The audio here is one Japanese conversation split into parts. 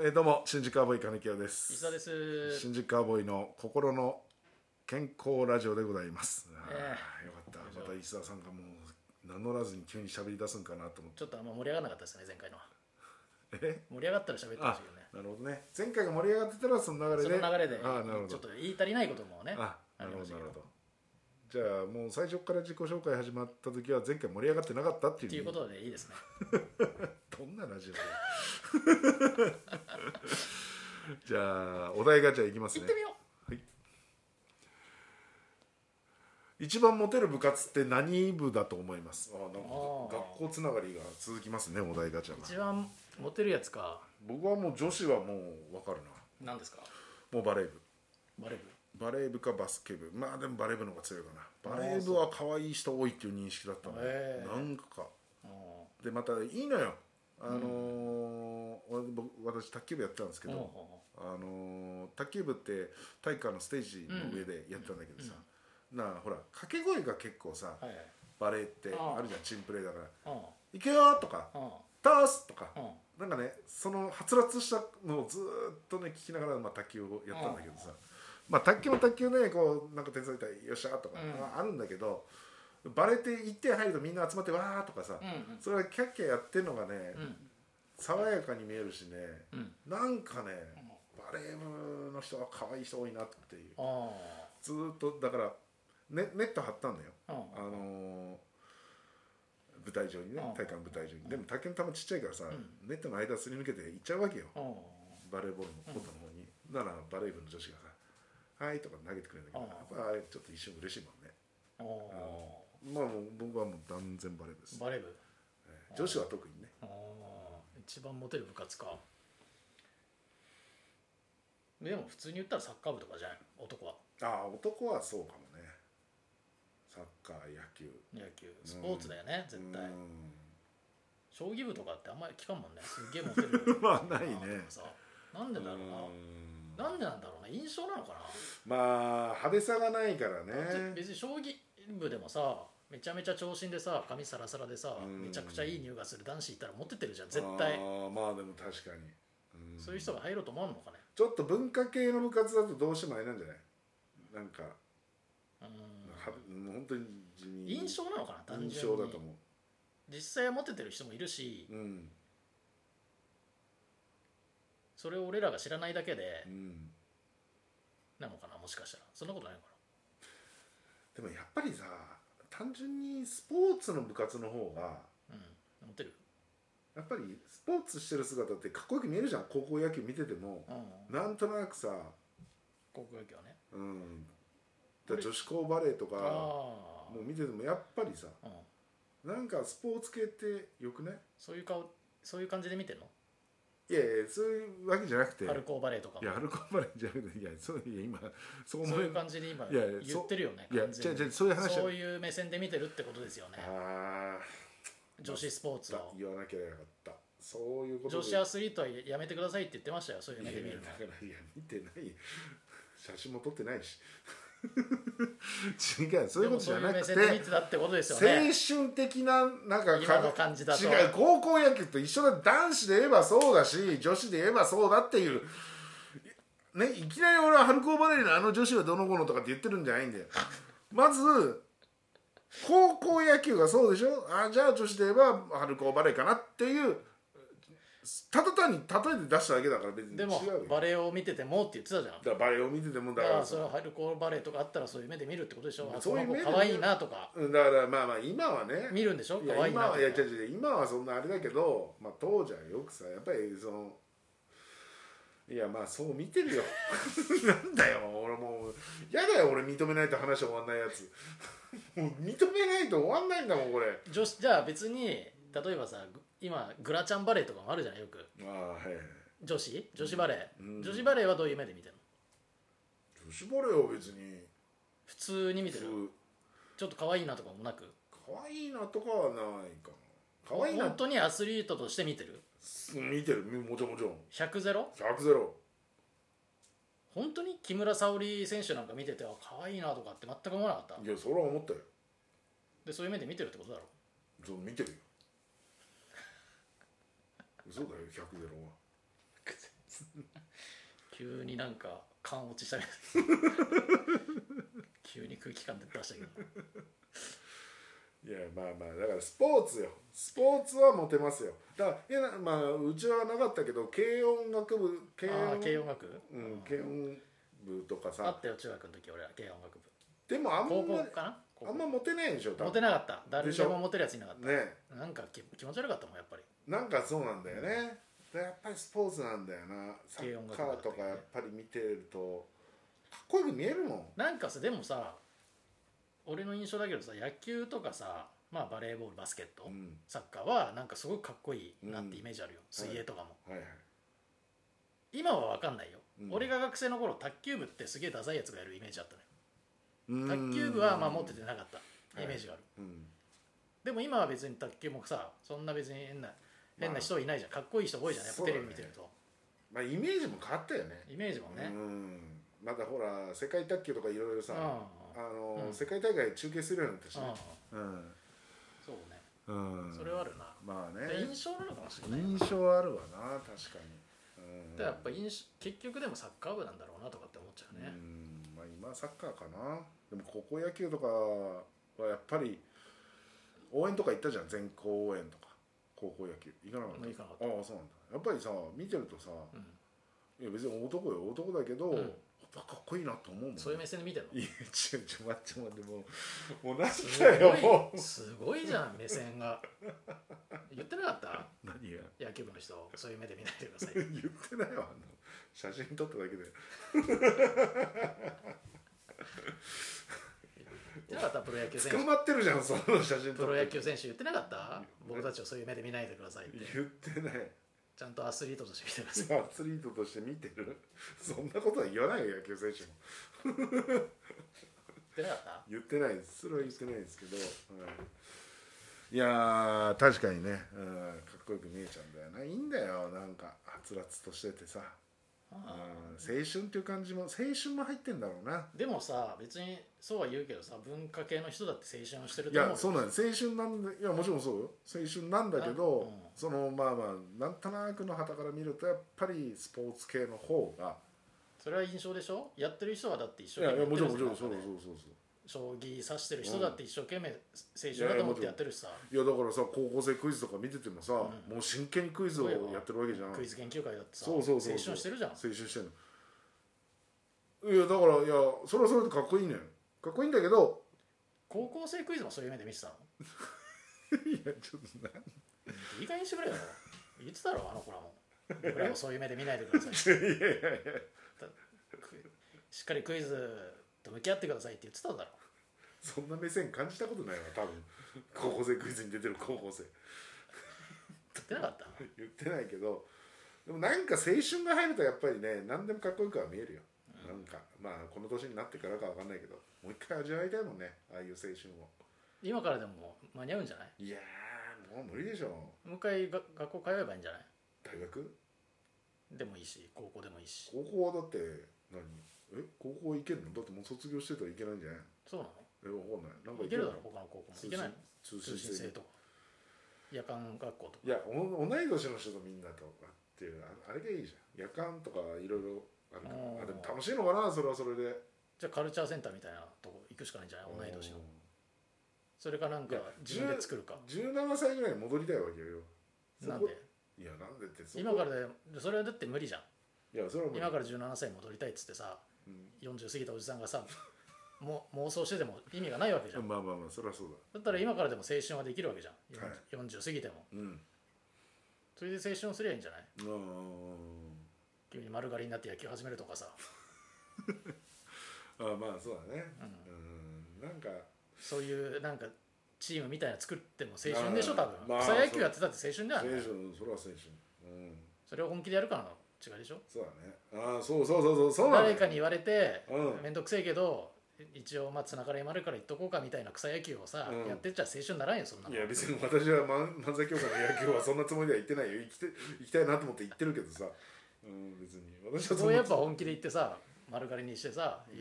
えーどうも新宿アボイ金城です石田です。新宿アボイの心の健康ラジオでございます、あーよかったまた石田さんがもう名乗らずに急に喋り出すんかなと思ってちょっとあんま盛り上がらなかったですね、前回のは。え盛り上がったら喋ってましあたけどね。なるほどね前回が盛り上がってたらその流れそでの流れあで、ーなるほどちょっと言い足りないこともね、あなるありほましどたなるけど。ほどじゃあもう最初から自己紹介始まった時は前回盛り上がってなかったっていうっていうことでいいですね。どんなラジオだよ じゃあお題ガチャいきます行ねってみよ一番モテる部活って何部だと思いますあなんかあー学校つながりが続きますねお題ガチャう。が一番モテるやつか、僕はもう女子はもう分かるな何ですかもうバレー部バレーバレー部かバスケ部まあでもバレー部の方が強いかなバレー部は可愛い人多いっていう認識だったのへーなんか部。おでまたいいのよあのー俺僕私卓球部やってたんですけーど、おーおあのー卓球部って体育館のステージの上でやってたんだけどさ、なあほら掛け声が結構さーはいはい。バレーってあああるじゃんチームプレーだからうん「いけよ!」とかうん「倒す!」とかうんなんかねそのはつらつしたのをずーっとね聞きながら、まあ、卓球をやったんだけどさ、まあ、卓球も卓球ねこうなんか手伝いたい「よっしゃ!」とか、うんああるんだけどバレーって1点入るとみんな集まって「わー!」とかさ、うんそれはキャッキャやってるのがね、うん爽やかに見えるしね、うんなんかねバレー部の人は可愛い人多いなっていうあずーっとだからネネット張ったんだよ、ーうんあのー舞台上にねうん体育館舞台上にでも竹の玉ちっちゃいからさ、んネットの間すり抜けて行っちゃうわけようんうんバレーボールのコートの方に、ならバレー部の女子がさ「はい」とか投げてくれるんだけど、うんやっぱあれちょっと一瞬嬉しいもんねおまあもう僕はもう断然バレー部でーすバレー部。女子は特にねあー一番モテる部活かでも普通に言ったらサッカー部とかじゃない男はああ男はそうかもねサッカー野球野球スポーツだよね、絶対う将棋部とかってあんまり聞かんも んねすっげえモテるまあないねとかさなんでんだろううんななんでなんだろうな印象なのかまあ派手さがないからな、ね別に将棋部でもさめちゃめちゃ長身でさ髪サラサラでさうんめちゃくちゃいい匂いがする男子いたらモテてるじゃん絶対あーまあでも確かに、んそういう人が入ろうと思うのかねちょっと文化系の部活だとどうしてもあれなんじゃないなんか、はうもう本当に地ん味印象なのかな単純に印象だと思実際はモテてる人もいるしううんそれを俺らが知らないだけでうんなのかなもしかしたらそんなことないのかでもやっぱりさ単純にスポーツの部活の方がなうんモテるやっぱりスポーツしてる姿ってかっこよく見えるじゃん高校野球見ててもうんなんとなくさ、高校野球はねうん、だから女子校バレーとかもあう見ててもやっぱりさあ、うん、なんかスポーツ系ってよくないそういう顔そういう感じで見てるのいやいやそういうわけじゃなくてい春高バレーとかもやアルコールバレーじゃなくていやそういや今そう思そういうう感じで今いやいや言ってるよねいや完全に違う違うそういう話じゃそういう目線で見てるってことですよねあ女子スポーツあを言わなきゃよかったそういうこと女で子アスリートはやめてくださいって言ってましたよそういういや目いでや見るだからいや見てない写真も撮ってないし 違うそのういうでこもとじそうゃいうな目くて線で見てたってことですよね青春的ななんか今の感じだと違う高校野球と一緒だ男子で言えばそうだし女子で言えばそうだっていうねいきなり俺は春高バレーのあの女子はどの子のとかって言ってるんじゃないん だよまず高校野球がそうでしょあじゃあ女子で言えば春高バレーかなっていうただ単に例えて出しただけだから別に違うでもよバレーを見ててもって言ってたじゃだんからバレーを見ててもだだかかららその春高バレーとかあったらそういう目で見るってことでしょあそういうこ目ので子可愛いなとかうんだからまあまあ今はね見るんでしょい可や愛いな今とかはいや違う違う今はそんなあれだけど、まあ、当時はよくさやっぱりそのいやまあそう見てるよ なんだよ俺もう嫌だよ俺認めないと話終わんないやつ もう認めないと終わんないんだもんこれ女子じゃあ別に例えばさぐ今グラチャンバレーとかもあるじゃんよくああはい女子女子バレー、うん女子バレーはどういう目で見てるの女子バレーは別に普通に見てる普ちょっと可愛いなとかもなく通可愛いなとかはないかな可愛いな本当にアスリートとして見てる見てるもちろんもちろん100ゼロ100ゼロ本当に木村沙織選手なんか見ててあ可愛いなとかって全く思わなかったいやそれは思ったよでそういう目で見てるってことだろそう見てるよ嘘だよ100ゼロは急になんか感落ち したり急に空気感で出したけどいやまあまあだからスポーツよスポーツはモテますよだからいやなまあうちはなかったけど軽音楽部 軽ああ音ー軽音楽部、うん、軽音部とかあさったよ中学の時俺は軽音楽部でもあんま高校かな高あん校まモテないんでしょ多モ分テなかった誰でしょでもモテるやついなかっねたなんかき気持ち悪かったもんやっぱりなんかそうなんだよね、でやっぱりスポーツなんだよなサ軽音ッ楽カーとかやっぱり見てるとかっこよく見えるもんなんかさでもさ俺の印象だけどさ野球とかさまあバレーボールバスケット、うんサッカーはなんかすごくかっこいいなってイメージあるよ、水泳とかも、はいはい今は分かんないよ、うん俺が学生の頃卓球部ってすげえダサいやつがやるイメージあったうんのよ卓球部はまあ持っててなかったはいイメージがある、うんでも今は別に卓球もさそんな別に変な変な人いないじゃん、かっこいい人多いじゃんやっぱそうテだレねビ見てると、まあイメージも変わったよねイメージもね、うんまだほら世界卓球とかいろいろさうんあの、うん世界大会中継するようになったしうんねうん、そうねうんそれはあるな、まあねで印象なのかもしれない、印象はあるわな確かに、うん、でやっぱ印象結局でもサッカー部なんだろうなとかって思っちゃうね、うんまあ今はサッカーかなでも高校野球とかはやっぱり応援とか行ったじゃん全校応援とか高校野球行かなかった行かなかったああそうなんだやっぱりさ見てるとさうんいや別に男よ男だけど、うんやっぱかっこいいなと思うもんそういう目線で見てるのいやちょちょ待って待っても うもう何すだよもごいすごいじゃん目線が言ってなかったう 何が野球部の人そういう目で見ないでくださ い言ってないわあの写真撮っただけで言ってなかったプロ野球選捕手まってるじゃんその写真プ撮っロ野て球選手言ってなかった僕たちをそういう目で見ないでくださいって言ってないちゃんとアスリートとして見てくださいアスリートとして見てる そんなことは言わないよ野球選手も言ってなかった言ってないですそれは言ってないですけど、はい、いやー確かにね、うん、かっこよく見えちゃうんだよないいんだよなんかはつらつとしててさ、うん、青あ春っていう感じも青春も入ってんだろうなあでもさ別にそうは言うけどさ文化系の人だって青春をしてるいと思うやそうなんです青春なんでいやもちろんそうよ青春なんだけど、うんそのまあまあなんとなくの旗から見るとやっぱりスポーツ系の方がそれは印象でしょやってる人はだって一い生や懸い命ややもってちろるんもちろん人そうそうそうそうだから将棋指してる人だって一生懸命青春だと思ってやってるしさ、いやだからさ高校生クイズとか見ててもさ、もう真剣にクイズをやってるわけじゃんクイズ研究会だってさそうそうそうそう青春してるじゃん青春してんのいやだからいやそれはそれでかっこいいねかっこいいんだけど 高校生クイズもそういう目で見てたのいやちょっといい加減にしてくれよ言ってたろあの子らも僕らもそういう目で見ないでくださいないやいやいやクしっかりクイズと向き合ってくださいって言ってただろそんな目線感じたことないわ多分高校生クイズに出てる高校生言ってなかった 言ってないけどでもなんか青春が入るとやっぱりね何でもかっこよくは見えるよ、なんかまあこの年になってからかわかんないけどもう一回味わいたいもんねああいう青春を今からでも間に合うんじゃないいやーもう無理でしょもう一回が学校通えばいいんじゃない大学でもいいし高校でもいいし高校はだって何え高校行けるのだってもう卒業してたらいけないんじゃないそうなえわかんないなんかのいけるだろ他の高校も通信いけないの通通信信制制とか夜間学校とかいやお同い年の人とみんなとかっていうああれがいいじゃん夜間とかいろいろあるからうんあでも楽しいのかなそれはそれでじゃあカルチャーセンターみたいなとこ行くしかないんじゃない同い年のそれかなんかいや自分で作るか17歳ぐらいに戻りたいわけよそこなんでいやなんでってそこ今からでそれはだって無理じゃんいやそれはもう今から17歳に戻りたいっつってさ、40過ぎたおじさんがさも妄想してても意味がないわけじゃんまあまあまあそれはそうだだったら今からでも青春はできるわけじゃん、はい40過ぎてもうんそれで青春をすりゃいいんじゃないあー急に丸刈りになって野球始めるとかさあまあそうだねうんなんかそういうなんかチームみたいなの作っても青春でしょま多あ分、まあ草野球やってたって青春だ青よ春ねそれは青春うんそれを本気でやるからの違いでしょそうだねああそうそうそうそうそうなんだ誰よかに言われてうん面倒、くせえけど一応まあつながりもあるから言っとこうかみたいな草野球をさ、うんやってっちゃ青春ならんよそんなのいや別に私は漫漫才協会の野球はそんなつもりでは言ってないよ行きて行きたいなと思って行ってるけどさうん別に私はそそうんやなっぱ本気で言ってさ丸刈りにしてさ、い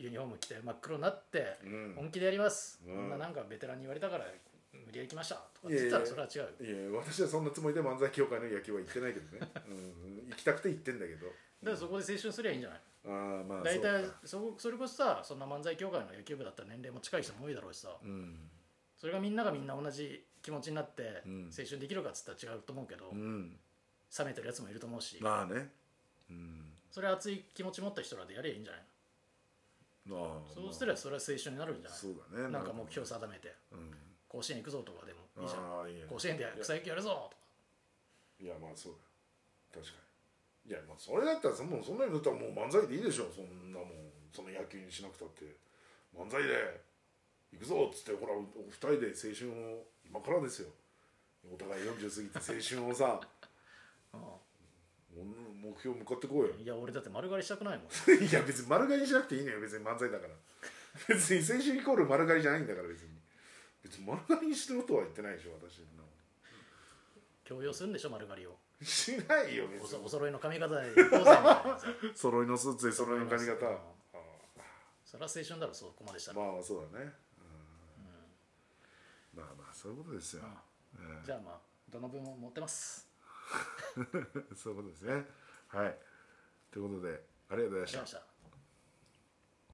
ユニフォーム着て真っ黒になって、うん本気でやります、うんこんななんかベテランに言われたから無理やり来ましたとかっていや言いやったらそれは違うよいや私はそんなつもりで漫才協会の野球は行ってないけどね、うん、行きたくて行ってんだけどからそこで青春すりゃいいんじゃないあーまあ大体そうかそこそれこそさそんな漫才協会の野球部だったら年齢も近い人も多いだろうしさうんそれがみんながみんな同じ気持ちになってうん青春できるかっつったら違うと思うけど、うん冷めてるやつもいると思うし、まあねうんそれ熱い気持ち持った人らでやればいいんじゃないあーそうすればそれは青春になるんじゃまあそうだねない、なんか目標定めてうん甲子園行くぞとかでもいいじゃんああいいね甲子園で草野球やるぞといやかまあそうだよ確かにいやまあそれだったらそもうそんなに塗ったらもう漫才でいいでしょそんなもんその野球にしなくたって漫才で行くぞっつってほらお二人で青春を今からですよお互い40過ぎて青春をさもう目標向かってこうよいや俺だって丸刈りした くないもんいや別に丸刈りしなくていいのよ別に漫才だから 別に青春イコール丸刈りじゃないんだから別に別に丸刈りにしてろとは言ってない でしょ私の強要するんでしょ丸刈りをしないよお別そにお揃いの髪型で行こうぜみたいなさ 揃いのスーツで揃いの髪型うんああそれは青春だろそこまでしたら、まあそうだね、うんまあまあそういうことですよ、じゃあまあどの分も持ってますそういうことですねはいということでありがとうございましありがとうございたました